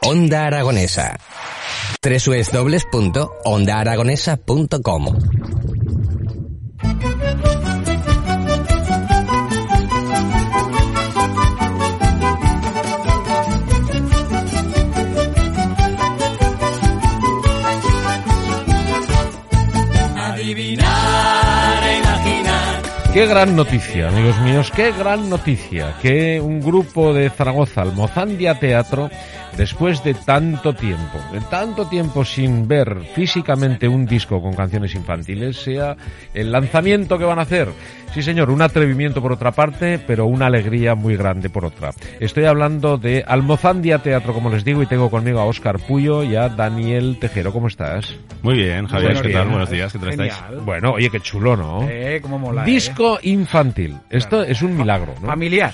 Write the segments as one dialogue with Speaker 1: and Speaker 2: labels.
Speaker 1: Onda Aragonesa. www.ondaaragonesa.com
Speaker 2: Qué gran noticia, amigos míos, qué gran noticia que un grupo de Zaragoza, Almozandia Teatro, después de tanto tiempo, de tanto tiempo sin ver físicamente un disco con canciones infantiles, sea el lanzamiento que van a hacer. Sí, señor, un atrevimiento por otra parte, pero una alegría muy grande por otra. Estoy hablando de Almozandia Teatro, como les digo, y tengo conmigo a Óscar Puyo y a Daniel Tejero. ¿Cómo estás?
Speaker 3: Muy bien, Javier,
Speaker 2: Buenos
Speaker 3: ¿qué tal?
Speaker 2: días.
Speaker 3: Buenos días, ¿qué tal estáis?
Speaker 4: Genial.
Speaker 2: Bueno, oye, qué chulo, ¿no?
Speaker 4: Eh, cómo mola. eh.
Speaker 2: Disco infantil. Esto es un milagro, ¿no?
Speaker 4: familiar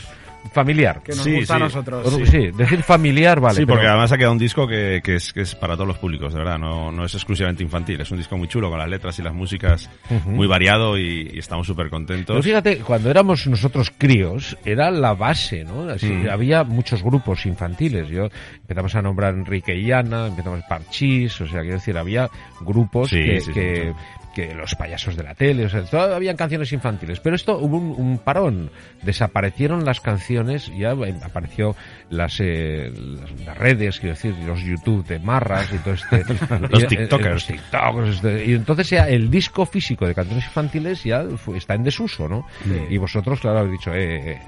Speaker 2: familiar.
Speaker 4: que nos
Speaker 3: Sí,
Speaker 4: gusta a
Speaker 3: sí.
Speaker 4: nosotros.
Speaker 2: Sí. decir familiar, vale.
Speaker 3: sí, porque
Speaker 2: pero-
Speaker 3: además ha quedado un disco que, que es, que es para todos los públicos, de verdad, no, no es exclusivamente infantil, es un disco muy chulo con las letras y las músicas muy variado y, y estamos súper
Speaker 2: Pero
Speaker 3: contentos.
Speaker 2: fíjate, cuando éramos nosotros críos, era la base, ¿no? Así,
Speaker 3: Mm.
Speaker 2: Había muchos grupos infantiles. Yo empezamos a nombrar Enrique y Ana, empezamos Parchís, o sea, quiero decir, había grupos
Speaker 3: Sí,
Speaker 2: que,
Speaker 3: sí, sí,
Speaker 2: que- que los payasos de la tele, o sea, todo, habían canciones infantiles. Pero esto hubo un, un parón. Desaparecieron las canciones, ya eh, apareció las, eh, las, las redes, quiero decir, los YouTube de Marras y todo este.
Speaker 3: Los
Speaker 2: y, eh,
Speaker 3: tiktokers.
Speaker 2: los TikToks, este, y entonces ya el disco físico de canciones infantiles ya fue- está en desuso, ¿no? Y vosotros, claro, habéis dicho, eh, eh,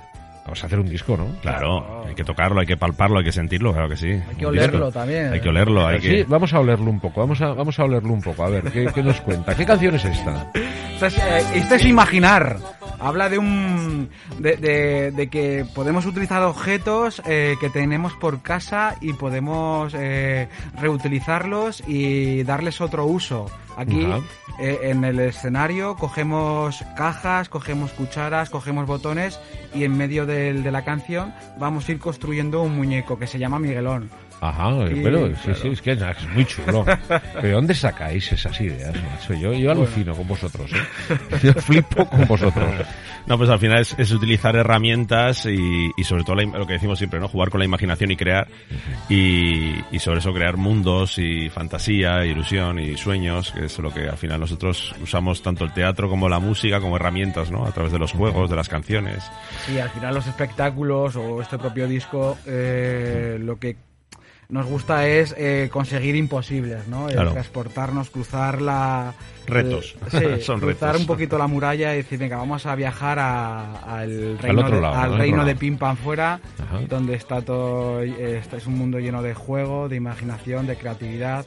Speaker 2: vamos a hacer un disco, ¿no?
Speaker 3: Claro, hay que tocarlo, hay que palparlo, hay que sentirlo, claro que sí. Hay
Speaker 4: que olerlo también.
Speaker 3: Hay que olerlo, hay
Speaker 2: Sí,
Speaker 3: que...
Speaker 2: vamos a olerlo un poco, vamos a, vamos a olerlo un poco, a ver, ¿qué, qué nos cuenta? ¿Qué canción es esta?
Speaker 4: Esta es, eh, esta es imaginar. Habla de un de, de- de que podemos utilizar objetos eh, que tenemos por casa y podemos eh, reutilizarlos y darles otro uso. Aquí
Speaker 2: Ajá.
Speaker 4: eh, en el escenario cogemos cajas, cogemos cucharas, cogemos botones y en medio del- de la canción vamos a ir construyendo un muñeco que se llama Miguelón.
Speaker 2: Ajá,
Speaker 4: Sí,
Speaker 2: pero sí,
Speaker 4: claro.
Speaker 2: sí, es que es muy chulo. ¿Pero dónde sacáis esas ideas, macho? Yo, yo alucino con vosotros, ¿eh? Yo flipo con vosotros.
Speaker 3: No, pues al final es, es utilizar herramientas y, y sobre todo la im- lo que decimos siempre, ¿no? Jugar con la imaginación y crear. Y, y sobre eso crear mundos y fantasía, ilusión y sueños, que es lo que al final nosotros usamos tanto el teatro como la música como herramientas, ¿no? A través de los juegos, de las canciones.
Speaker 4: Sí, al final los espectáculos o este propio disco, eh, lo que nos gusta es eh, conseguir imposibles, ¿no? El
Speaker 3: Claro.
Speaker 4: transportarnos, cruzar la... eh,
Speaker 3: Retos.
Speaker 4: sí,
Speaker 3: Son
Speaker 4: cruzar
Speaker 3: retos.
Speaker 4: un poquito la muralla y decir, venga, vamos a viajar a- al reino,
Speaker 2: otro
Speaker 4: de,
Speaker 2: lado,
Speaker 4: al
Speaker 2: al otro
Speaker 4: reino
Speaker 2: lado.
Speaker 4: de Pim Pam Fuera,
Speaker 2: Ajá.
Speaker 4: donde está todo... eh, este es un mundo lleno de juego, de imaginación, de creatividad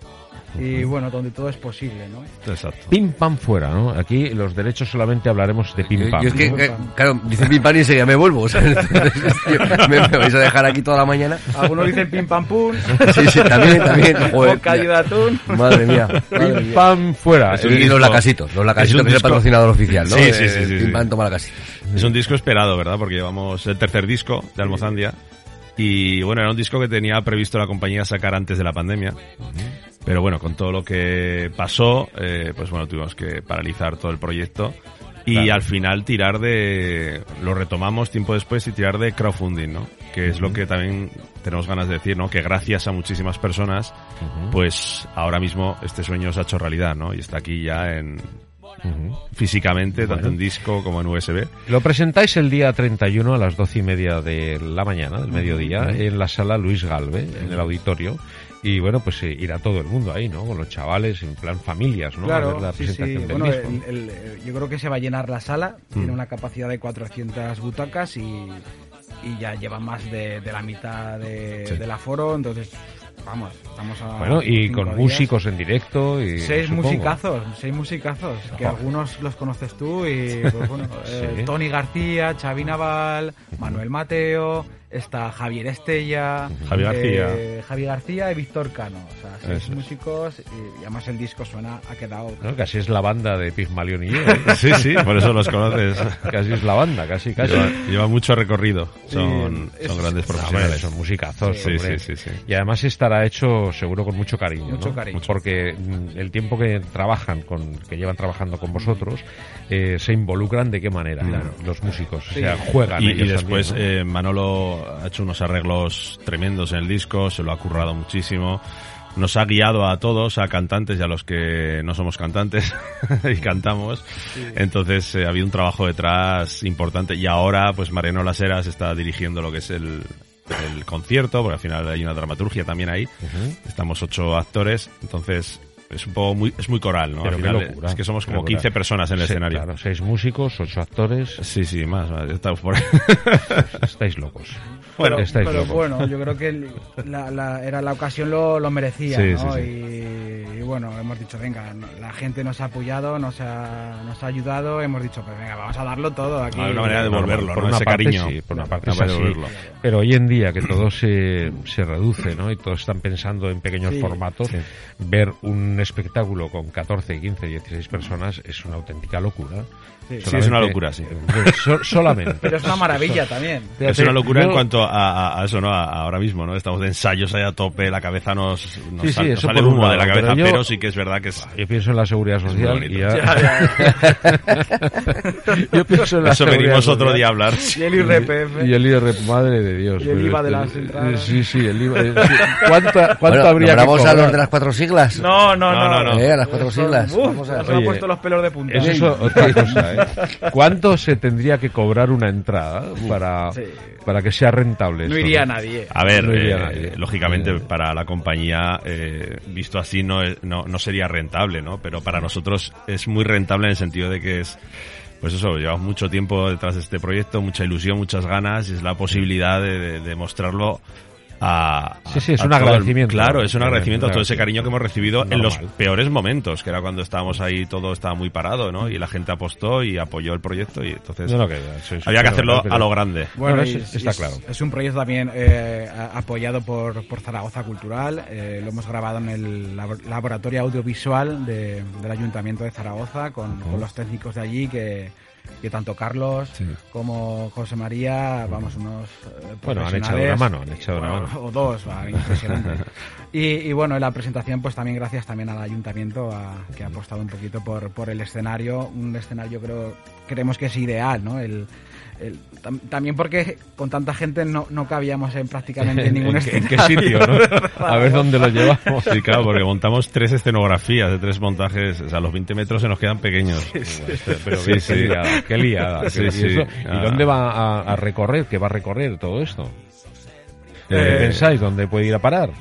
Speaker 4: y, bueno, donde todo es posible, ¿no?
Speaker 3: Exacto.
Speaker 2: Pim pam fuera, ¿no? Aquí los derechos solamente hablaremos de pim
Speaker 5: Yo,
Speaker 2: pam.
Speaker 5: yo es que,
Speaker 4: ¿no?
Speaker 5: eh, claro, dice pim pam y enseguida me vuelvo. ¿sabes? Entonces, tío, me, me vais a dejar aquí toda la mañana.
Speaker 4: Algunos dicen Pim Pam Pum,
Speaker 5: Sí, sí, también, también. Joder,
Speaker 4: bocadillo de
Speaker 5: tía.
Speaker 4: atún...
Speaker 5: madre mía. Madre
Speaker 2: Pim
Speaker 5: mía.
Speaker 2: pam fuera.
Speaker 3: Es un
Speaker 5: Y
Speaker 3: disco.
Speaker 5: los lacasitos, los
Speaker 3: Es
Speaker 5: lacasitos
Speaker 3: un
Speaker 5: que es el
Speaker 3: disco.
Speaker 5: patrocinador oficial, ¿no?
Speaker 3: Sí, sí, sí,
Speaker 5: Eh,
Speaker 3: sí,
Speaker 5: Pim
Speaker 3: sí.
Speaker 5: Pam toma lacasitos.
Speaker 3: Es un disco esperado, ¿verdad? Porque llevamos el tercer disco de Almozandia. Y bueno, era un disco que tenía previsto la compañía sacar antes de la pandemia. Pero bueno, con todo lo que pasó, eh, pues bueno, tuvimos que paralizar todo el proyecto. Y
Speaker 2: Claro.
Speaker 3: al final tirar de... Lo retomamos tiempo después y tirar de crowdfunding, ¿no? Que es lo que también tenemos ganas de decir, ¿no? Que gracias a muchísimas personas, pues ahora mismo este sueño se ha hecho realidad, ¿no? Y está aquí ya en... Físicamente, tanto en disco como en USB.
Speaker 2: Lo presentáis el día 31 a las 12 y media de la mañana, del mediodía, en la sala Luis Galve, en el auditorio. Y bueno, pues eh, irá todo el mundo ahí, ¿no? Con los chavales, en plan familias, ¿no? a
Speaker 4: Claro,
Speaker 2: ver la
Speaker 4: sí, sí.
Speaker 2: presentación del
Speaker 4: Bueno,
Speaker 2: disco. Mm.
Speaker 4: el- el- eh, yo creo que se va a llenar la sala. Tiene una capacidad de 400 butacas y, y ya lleva más de, de la mitad de-
Speaker 3: Sí.
Speaker 4: del aforo. Entonces, vamos, estamos a.
Speaker 2: Bueno, y
Speaker 4: cinco
Speaker 2: con
Speaker 4: días.
Speaker 2: músicos en directo. Y,
Speaker 4: Seis
Speaker 2: supongo.
Speaker 4: musicazos, seis musicazos, que
Speaker 2: Ojo.
Speaker 4: algunos los conoces tú y pues, bueno, eh,
Speaker 2: Sí.
Speaker 4: Tony García, Xavi Naval, Manuel Mateo, está Javier Estella, eh,
Speaker 3: Javi García.
Speaker 4: Javi García y Víctor Cano, o sea, seis
Speaker 3: Eso es.
Speaker 4: músicos y, y además el disco suena, ha quedado
Speaker 2: ¿no? Casi es la banda de Pigmalión y yo. ¿eh?
Speaker 3: Sí, sí, por eso los conoces.
Speaker 2: Casi es la banda, casi, casi.
Speaker 3: Lleva, lleva mucho recorrido. Son,
Speaker 4: Sí, es-
Speaker 3: son grandes
Speaker 2: Hombre,
Speaker 3: profesionales.
Speaker 2: son musicazos.
Speaker 3: Sí,
Speaker 2: hombre.
Speaker 3: sí, sí, sí.
Speaker 2: Y además estará estará hecho seguro con mucho cariño. ¿no?
Speaker 4: Mucho cariño.
Speaker 2: Porque mm, el tiempo que trabajan, con, que llevan trabajando con vosotros, eh, se involucran de qué manera los músicos. O sea, juegan.
Speaker 3: Y, y
Speaker 2: ellos
Speaker 3: después
Speaker 2: también,
Speaker 3: eh, Manolo ha hecho unos arreglos tremendos en el disco, se lo ha currado muchísimo. Nos ha guiado a todos, a cantantes y a los que no somos cantantes y cantamos. Entonces eh, había un trabajo detrás importante. Y ahora, pues Mariano Las Heras está dirigiendo lo que es el, el concierto, porque al final hay una dramaturgia también ahí. Estamos ocho actores, entonces es un poco muy, es muy coral, ¿no? al
Speaker 2: Pero qué
Speaker 3: final eh,
Speaker 2: locura,
Speaker 3: es que somos
Speaker 2: qué
Speaker 3: como
Speaker 2: locura.
Speaker 3: 15 personas en el
Speaker 2: Sí,
Speaker 3: escenario.
Speaker 2: claro, seis músicos, ocho actores.
Speaker 3: Sí, sí, más, más. Estamos por
Speaker 2: Estáis locos.
Speaker 4: Pero,
Speaker 2: Estáis
Speaker 4: pero
Speaker 2: locos.
Speaker 4: bueno, yo creo que el- la, la- era la ocasión lo, lo merecía,
Speaker 3: Sí,
Speaker 4: ¿no?
Speaker 3: sí, sí.
Speaker 4: Y, y bueno, hemos dicho, venga, no- la gente nos ha apoyado, nos ha, nos ha ayudado, hemos dicho, pues venga, vamos a darlo todo aquí.
Speaker 3: No, hay una manera de
Speaker 2: Normal,
Speaker 3: devolverlo,
Speaker 2: por
Speaker 3: ¿no?
Speaker 2: una
Speaker 3: Ese
Speaker 2: parte
Speaker 3: cariño.
Speaker 2: sí, por una
Speaker 3: Una
Speaker 2: parte
Speaker 3: manera
Speaker 2: es
Speaker 3: de
Speaker 2: así.
Speaker 3: devolverlo.
Speaker 2: Pero hoy en día que todo se, se reduce, ¿no? Y todos están pensando en pequeños
Speaker 4: Sí,
Speaker 2: formatos, ver un espectáculo con 14, 15, 16 personas es una auténtica locura.
Speaker 4: Sí.
Speaker 3: Sí, es una locura, sí.
Speaker 2: Solamente- so- solamente.
Speaker 4: Pero es una maravilla también.
Speaker 3: Es una locura en
Speaker 2: Yo-
Speaker 3: cuanto a, a- a eso, ¿no? A, a ahora mismo, ¿no? Estamos de ensayos ahí a tope, la cabeza nos, nos,
Speaker 2: Sí,
Speaker 3: sal-
Speaker 2: sí,
Speaker 3: nos
Speaker 2: eso
Speaker 3: sale
Speaker 2: por un
Speaker 3: humo de la
Speaker 2: lado,
Speaker 3: cabeza,
Speaker 2: pero
Speaker 3: pero,
Speaker 2: yo-
Speaker 3: sí que es verdad que es...
Speaker 2: Yo pienso en la seguridad
Speaker 3: muy
Speaker 2: social
Speaker 3: bonito.
Speaker 2: y ya- Yo pienso en la
Speaker 3: Eso
Speaker 2: seguridad
Speaker 3: venimos otro
Speaker 2: social.
Speaker 3: día a hablar.
Speaker 4: Y el IRPF.
Speaker 2: Y el IRPF, madre de Dios.
Speaker 4: Y el
Speaker 2: pero
Speaker 4: IVA de
Speaker 2: esto-
Speaker 4: las entradas.
Speaker 2: Sí, sí, el IVA. eh, sí. ¿Cuánta, cuánto
Speaker 5: Bueno,
Speaker 2: habría que
Speaker 5: nombramos a
Speaker 2: cobrar?
Speaker 5: los de las cuatro siglas.
Speaker 4: No, no,
Speaker 3: No,
Speaker 4: no.
Speaker 3: no, no.
Speaker 5: Eh, a las cuatro
Speaker 4: Eso-
Speaker 5: siglas.
Speaker 4: Uf,
Speaker 5: Vamos a-
Speaker 4: se me han
Speaker 2: Oye,
Speaker 4: puesto los pelos de punta.
Speaker 2: Eso es o- otra cosa, ¿eh? ¿Cuánto se tendría que cobrar una entrada para,
Speaker 4: Sí.
Speaker 2: para que sea rentable?
Speaker 4: No
Speaker 2: esto,
Speaker 4: iría nadie.
Speaker 3: A ver,
Speaker 2: No iría
Speaker 3: eh,
Speaker 2: nadie.
Speaker 3: lógicamente para la compañía, eh, visto así, no, es- no, no sería rentable, ¿no? Pero para nosotros es muy rentable en el sentido de que es, pues eso, llevamos mucho tiempo detrás de este proyecto, mucha ilusión, muchas ganas, y es la posibilidad de, de- de mostrarlo a...
Speaker 2: Sí, sí, es
Speaker 3: a
Speaker 2: un
Speaker 3: todo el-
Speaker 2: agradecimiento.
Speaker 3: claro, es un agradecimiento a todo ese
Speaker 2: Agradecimiento.
Speaker 3: cariño que hemos recibido en los
Speaker 2: Normal.
Speaker 3: peores momentos, que era cuando estábamos ahí, todo estaba muy parado, ¿no? Y la gente apostó y apoyó el proyecto y entonces...
Speaker 2: Yo no quería, soy- soy-
Speaker 3: Había que hacerlo
Speaker 2: pero-
Speaker 3: a lo grande.
Speaker 2: Bueno,
Speaker 4: y-
Speaker 2: eso está
Speaker 4: y es-
Speaker 2: claro.
Speaker 4: Es un proyecto también eh, a- apoyado por, por Zaragoza Cultural. eh, lo hemos grabado en el labo- laboratorio audiovisual de- del Ayuntamiento de Zaragoza con,
Speaker 2: Oh.
Speaker 4: con los técnicos de allí que, que tanto Carlos como José María, vamos, unos eh,
Speaker 2: Bueno, han
Speaker 4: profesionales.
Speaker 2: echado una mano, han echado una
Speaker 4: Bueno,
Speaker 2: mano.
Speaker 4: O dos, va, impresionante. y, y bueno, la presentación pues también gracias también al Ayuntamiento a- que ha apostado un poquito por, por el escenario. Un escenario creo creemos que es ideal, ¿no? El, el- tam- también porque con tanta gente no, no cabíamos en prácticamente
Speaker 2: ¿En,
Speaker 4: ningún
Speaker 2: en qué- en qué
Speaker 4: escenario.
Speaker 2: sitio, no? A ver dónde lo llevamos.
Speaker 3: Sí, claro, porque montamos tres escenografías de tres montajes. O sea, los 20 metros se nos quedan pequeños.
Speaker 2: Pero
Speaker 3: Sí,
Speaker 2: qué,
Speaker 3: sí.
Speaker 2: qué liada, qué liada.
Speaker 3: Sí,
Speaker 2: qué- y,
Speaker 3: sí.
Speaker 2: eso-
Speaker 3: Ah.
Speaker 2: ¿y dónde va a, a recorrer? ¿Qué va a recorrer todo esto? ¿Qué
Speaker 3: Eh,
Speaker 2: pensáis? ¿Dónde puede ir a parar?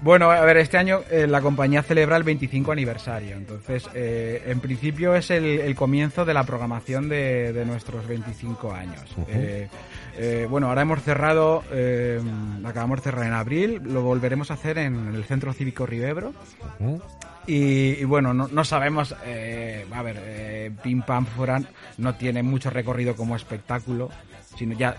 Speaker 4: Bueno, a ver, este año eh, la compañía celebra el 25 aniversario, entonces eh, en principio es el, el comienzo de la programación de, de nuestros 25 años. Eh, eh, bueno, ahora hemos cerrado, eh, acabamos de cerrar en abril, lo volveremos a hacer en el Centro Cívico Ribebro.
Speaker 2: ¿Mm?
Speaker 4: Y, y bueno, no, no sabemos, eh, a ver, eh, Pim Pam Foran no tiene mucho recorrido como espectáculo, sino ya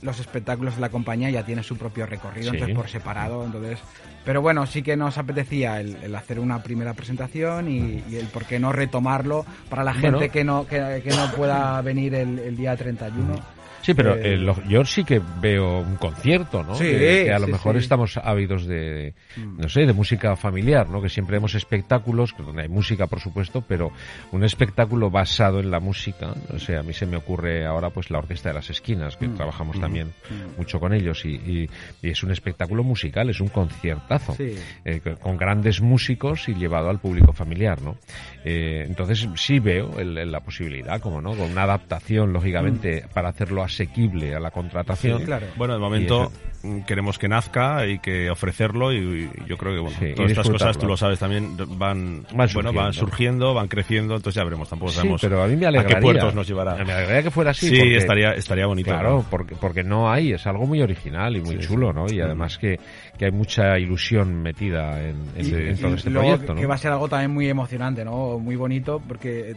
Speaker 4: los espectáculos de la compañía ya tienen su propio recorrido,
Speaker 2: Sí.
Speaker 4: entonces por separado, entonces... Pero bueno, sí que nos apetecía el, el hacer una primera presentación y, y el por qué no retomarlo para la gente
Speaker 2: Bueno.
Speaker 4: que, no, que, que no pueda venir el, el día 31.
Speaker 2: Sí, pero
Speaker 4: Eh,
Speaker 2: eh, lo- yo sí que veo un concierto, ¿no?
Speaker 4: Sí,
Speaker 2: que, que a lo
Speaker 4: sí,
Speaker 2: mejor
Speaker 4: sí.
Speaker 2: estamos ávidos de, no sé, de música familiar, ¿no? Que siempre vemos espectáculos, que donde hay música, por supuesto, pero un espectáculo basado en la música. O sea, a mí se me ocurre ahora, pues, la Orquesta de las Esquinas,
Speaker 4: Mm,
Speaker 2: que trabajamos también mucho con ellos, y, y- y es un espectáculo musical, es un conciertazo
Speaker 4: Sí.
Speaker 2: eh, con- con grandes músicos y llevado al público familiar, ¿no? Eh, entonces sí veo el- el- la posibilidad, como no, con una adaptación, lógicamente, para hacerlo asequible a la contratación.
Speaker 4: Mm. Sí, claro.
Speaker 3: Bueno, de momento mm, queremos que nazca y que ofrecerlo y, y yo creo que bueno,
Speaker 2: Sí, y
Speaker 3: todas estas
Speaker 2: disfrutarlo.
Speaker 3: cosas, tú lo sabes también, van,
Speaker 2: Van
Speaker 3: bueno, van
Speaker 2: surgiendo.
Speaker 3: surgiendo, van creciendo, entonces ya veremos, tampoco
Speaker 2: Sí,
Speaker 3: sabemos
Speaker 2: pero a mí me
Speaker 3: pues qué
Speaker 2: alegraría.
Speaker 3: puertos nos llevará.
Speaker 2: Me alegraría que fuera así.
Speaker 3: Sí,
Speaker 2: porque-
Speaker 3: estaría, estaría bonito.
Speaker 2: Claro,
Speaker 3: ¿no?
Speaker 2: porque, porque no hay, es algo muy original y muy chulo, ¿no? Y además que, que hay mucha ilusión metida en, en-
Speaker 4: Y-
Speaker 2: en
Speaker 4: y
Speaker 2: todo este
Speaker 4: luego
Speaker 2: proyecto,
Speaker 4: que
Speaker 2: ¿no?
Speaker 4: va a ser algo también muy emocionante, ¿no? Muy bonito, porque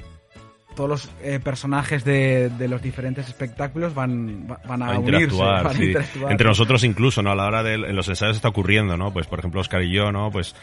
Speaker 4: todos los eh, personajes de, de los diferentes espectáculos van, va- van a,
Speaker 3: A
Speaker 4: unirse,
Speaker 3: interactuar,
Speaker 4: van a
Speaker 3: sí.
Speaker 4: interactuar.
Speaker 3: entre nosotros incluso, ¿no? A la hora de en los ensayos está ocurriendo, ¿no? Pues por ejemplo Oscar y yo, ¿no? Pues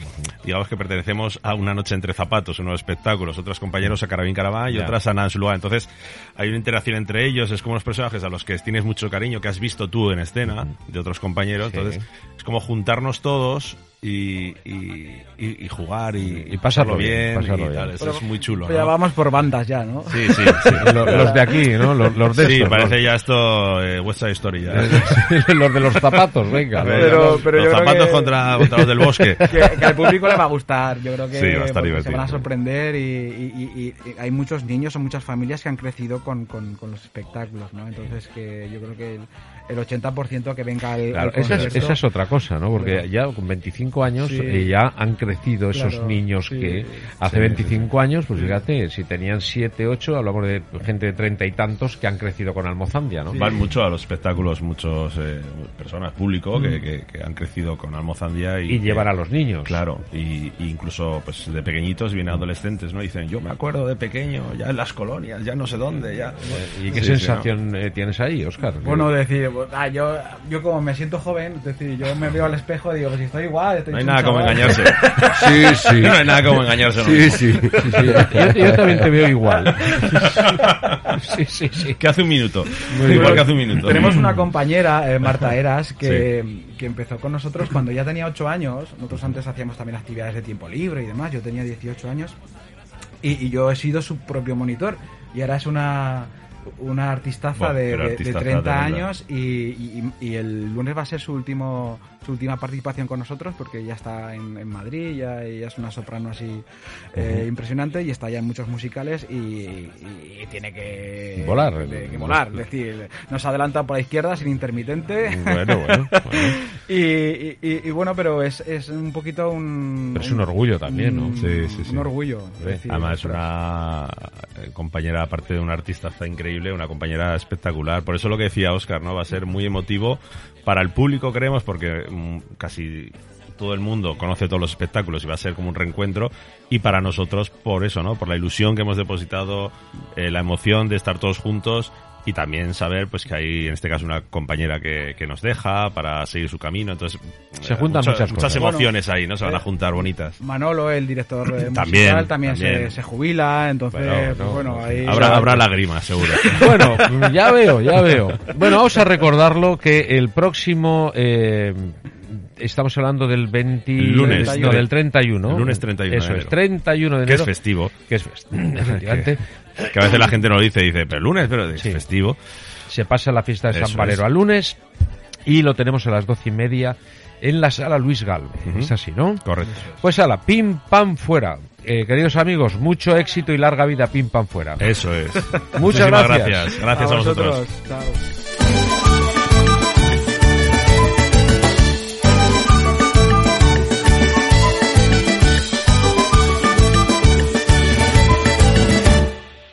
Speaker 3: digamos que pertenecemos a una noche entre zapatos, unos espectáculos, otros compañeros a Carabín Carabán y
Speaker 2: Ya.
Speaker 3: otras a Nance Lua. Entonces hay una interacción entre ellos, es como los personajes a los que tienes mucho cariño, que has visto tú en escena de otros compañeros,
Speaker 2: Sí.
Speaker 3: entonces es como juntarnos todos y, y- y- y jugar y,
Speaker 2: Y pasarlo
Speaker 3: pasarlo
Speaker 2: bien,
Speaker 3: bien,
Speaker 2: pasarlo
Speaker 3: y
Speaker 2: bien.
Speaker 3: tal. Eso es muy chulo.
Speaker 4: Pero Pues ya
Speaker 3: ¿no?
Speaker 4: vamos por bandas ya, ¿no?
Speaker 3: Sí, sí, sí.
Speaker 2: Lo- Los de aquí, ¿no? Los, los de
Speaker 3: Sí,
Speaker 2: estos,
Speaker 3: parece ya esto eh, West Side Story ya.
Speaker 2: ¿no? Los de los zapatos, venga.
Speaker 3: Venga,
Speaker 4: Pero-
Speaker 3: los-
Speaker 4: pero yo
Speaker 3: los
Speaker 4: creo
Speaker 3: zapatos
Speaker 4: que-
Speaker 3: contra, contra los del bosque.
Speaker 4: que, que al público le va a gustar. Yo creo que
Speaker 3: Sí, va a estar
Speaker 4: porque se
Speaker 3: divertido.
Speaker 4: van a sorprender y, y- y- y hay muchos niños o muchas familias que han crecido con, con- con los espectáculos, ¿no? Entonces que yo creo que el, el 80% que venga al,
Speaker 2: Claro,
Speaker 4: al
Speaker 2: esa es,
Speaker 4: concierto-
Speaker 2: esa es otra cosa, ¿no? Porque ya con 25 años
Speaker 4: Sí.
Speaker 2: eh, ya han crecido esos
Speaker 4: Claro,
Speaker 2: niños
Speaker 4: sí.
Speaker 2: que hace 25 años, pues fíjate, si tenían 7, 8, hablamos de gente de treinta y tantos que han crecido con Almozandia, ¿no?
Speaker 3: Van mucho a los espectáculos, muchos eh, personas, público, que, que- que han crecido con Almozandia y,
Speaker 2: Y llevar a los niños.
Speaker 3: Claro, y, y incluso pues de pequeñitos vienen adolescentes, ¿no? Y dicen, yo me acuerdo de pequeño, ya en las colonias, ya no sé dónde, ya...
Speaker 2: ¿Y qué
Speaker 3: Sí, sí,
Speaker 2: sensación eh, tienes ahí, Oscar?
Speaker 4: Bueno, decir, pues, ah, yo, yo como me siento joven, es decir, yo me veo al espejo y digo, pues si estoy igual, estoy
Speaker 3: No hay
Speaker 4: hecho un
Speaker 3: nada como
Speaker 4: chaval.
Speaker 3: engañarse.
Speaker 5: Sí, sí.
Speaker 3: No hay nada como engañarse. ¿no?
Speaker 5: Sí, sí.
Speaker 2: yo, yo también te veo igual. Sí, sí, sí.
Speaker 3: Que hace un minuto.
Speaker 2: Muy
Speaker 3: Igual
Speaker 2: bien.
Speaker 3: que hace un minuto. Mm.
Speaker 4: Tenemos una compañera, eh, Marta Eras, que, que empezó con nosotros cuando ya tenía 8 años. Nosotros antes hacíamos también actividades de tiempo libre y demás. Yo tenía 18 años y, y yo he sido su propio monitor. Y ahora es una, una
Speaker 3: Buah,
Speaker 4: artistaza, de,
Speaker 3: pero
Speaker 4: de- de
Speaker 3: artistaza
Speaker 4: 30
Speaker 3: tremenda.
Speaker 4: años y, y- y el lunes va a ser su último su última participación con nosotros porque ya está en, en Madrid, ya, ya es una soprano así eh, impresionante y está ya en muchos musicales y, y- y tiene que
Speaker 2: Volar.
Speaker 4: que volar. Es decir, nos adelanta por la izquierda sin intermitente.
Speaker 2: Bueno, bueno. bueno.
Speaker 4: Y, y- y- y bueno, pero es, es un poquito un.
Speaker 2: Pero es un orgullo también, ¿no?
Speaker 4: un-
Speaker 3: Sí, sí, sí.
Speaker 4: Un orgullo. es
Speaker 2: Hombre,
Speaker 4: decir,
Speaker 3: Además, es
Speaker 4: ostras.
Speaker 3: una eh, compañera, aparte de una artista increíble, una compañera espectacular. Por eso lo que decía Oscar, ¿no? Va a ser muy emotivo para el público, creemos, porque mm, casi todo el mundo conoce todos los espectáculos y va a ser como un reencuentro. Y para nosotros, por eso, ¿no? Por la ilusión que hemos depositado, eh, la emoción de estar todos juntos y también saber pues que hay en este caso una compañera que, que nos deja para seguir su camino entonces
Speaker 2: Se
Speaker 3: eh,
Speaker 2: juntan muchas cosas.
Speaker 3: emociones ahí no se van a
Speaker 4: eh,
Speaker 3: juntar bonitas
Speaker 4: Manolo, el director eh,
Speaker 3: También,
Speaker 4: musical, también,
Speaker 3: también.
Speaker 4: Se, se jubila, entonces,
Speaker 3: Bueno,
Speaker 4: pues
Speaker 2: no,
Speaker 4: bueno,
Speaker 2: no,
Speaker 4: ahí.
Speaker 3: habrá habrá lágrimas seguro
Speaker 2: Bueno, ya veo, ya veo. Bueno, vamos a recordarlo que el próximo... eh, estamos hablando del 20...
Speaker 3: El lunes.
Speaker 2: No, del 31.
Speaker 3: El lunes 31 de
Speaker 2: Eso es,
Speaker 3: enero.
Speaker 2: 31 de
Speaker 3: que
Speaker 2: enero.
Speaker 3: es festivo
Speaker 2: Que es fest- efectivamente.
Speaker 3: Que a veces la gente no lo dice, dice, pero lunes, pero es
Speaker 2: Sí.
Speaker 3: festivo.
Speaker 2: Se pasa la fiesta de
Speaker 3: Eso
Speaker 2: San Valero
Speaker 3: es.
Speaker 2: al lunes y lo tenemos a las doce y media en la sala Luis Galve. Es así, ¿no?
Speaker 3: Correcto.
Speaker 2: Pues ala, pim pam fuera. Eh, queridos amigos, mucho éxito y larga vida, pim pam fuera.
Speaker 3: Eso es.
Speaker 2: Muchas
Speaker 3: Muchísimas
Speaker 2: gracias.
Speaker 3: Gracias, gracias a vosotros.
Speaker 4: Chao.